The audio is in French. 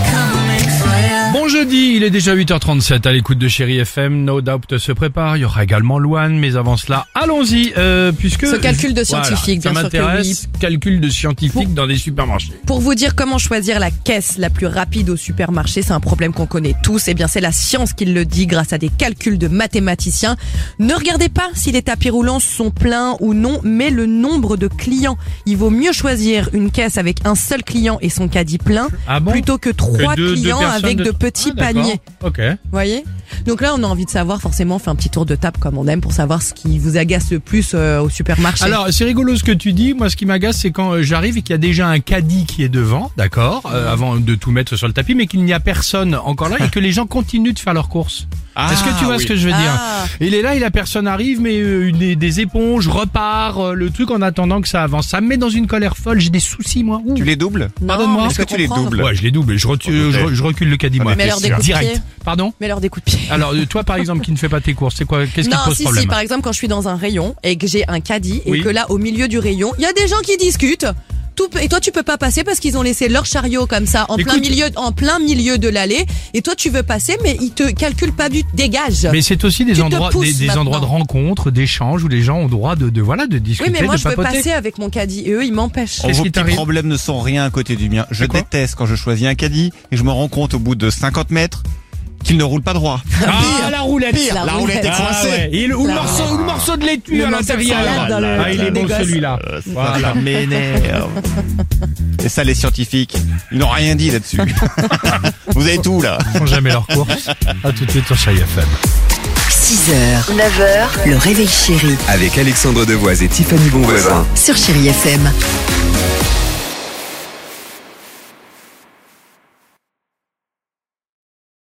Bon jeudi, il est déjà 8h37 à l'écoute de Chéri FM. No Doubt se prépare. Il y aura également Loane, mais avant cela, allons-y, euh, puisque Ce calcul de scientifique, ça bien sûr que m'intéresse. Calcul de scientifique dans des supermarchés. Pour vous dire comment choisir la caisse la plus rapide au supermarché, c'est un problème qu'on connaît tous. Et bien, c'est la science qui le dit grâce à des calculs de mathématiciens. Ne regardez pas si les tapis roulants sont pleins ou non, mais le nombre de clients. Il vaut mieux choisir une caisse avec un seul client et son caddie plein Ah bon plutôt que trois Que deux- deux clients personnes avec de, de- petits Ah, d'accord. paniers. Ok. voyez Donc là, on a envie de savoir, forcément, on fait un petit tour de table comme on aime pour savoir ce qui vous agace le plus euh, au supermarché. Alors, c'est rigolo ce que tu dis. Moi, ce qui m'agace, c'est quand euh, j'arrive et qu'il y a déjà un caddie qui est devant, d'accord, Mm. euh, avant de tout mettre sur le tapis, mais qu'il n'y a personne encore là et que les gens continuent de faire leurs courses. Ah, Est-ce que tu vois ce que je veux dire Ah. Il est là, et la personne arrive, mais euh, une- des, des éponges repart, euh, le truc en attendant que ça avance. Ça me met dans une colère folle, j'ai des soucis moi. Ouh. Tu les doubles Non, Pardonne-moi. mais Est-ce je que tu les comprends. doubles Ouais, je les double, je, retu- je, re- je recule le caddie moi. Ah, mais alors, des coups de Direct. pied. Pardon Mais leur des coups de pied. Alors euh, toi par exemple qui ne fais pas tes courses, c'est quoi Qu'est-ce qui non, te pose si, si, problème par exemple, quand je suis dans un rayon et que j'ai un caddie Oui. et que là, au milieu du rayon, il y a des gens qui discutent. Tout, et toi, tu peux pas passer parce qu'ils ont laissé leur chariot comme ça, en, plein Écoute- milieu, en plein milieu de l'allée. Et toi, tu veux passer, mais ils te calculent pas du dégage. Mais c'est aussi des Tu te endroits, pousses des, des maintenant. endroits de rencontre, d'échange où les gens ont droit de, de voilà de oui, discuter, mais moi, de je veux papoter. passer avec mon caddie et eux, ils m'empêchent. Qu'est-ce vos qui petits t'arrive problèmes ne sont rien à côté du mien. Je C'est quoi déteste quand je choisis un caddie et je me rends compte au bout de 50 mètres qu'il ne roule pas droit. Ah la roulette. La la roulette est roulette. coincée. Ah ouais. Et le- ou, le La- morceau, ou le morceau de laitue Le à morceau de l'intérieur. salade dans le- Ah, il est des bon gosses. celui-là. Voilà. Euh, Ça m'énerve. Et ça, les scientifiques, ils n'ont rien dit là-dessus. Vous avez tout là. Ils font jamais leur course. À tout de suite sur Chai FM. 6h, 9h, le réveil chéri Avec Alexandre Devoise et Tiffany Bonvoisin. sur Chéri FM.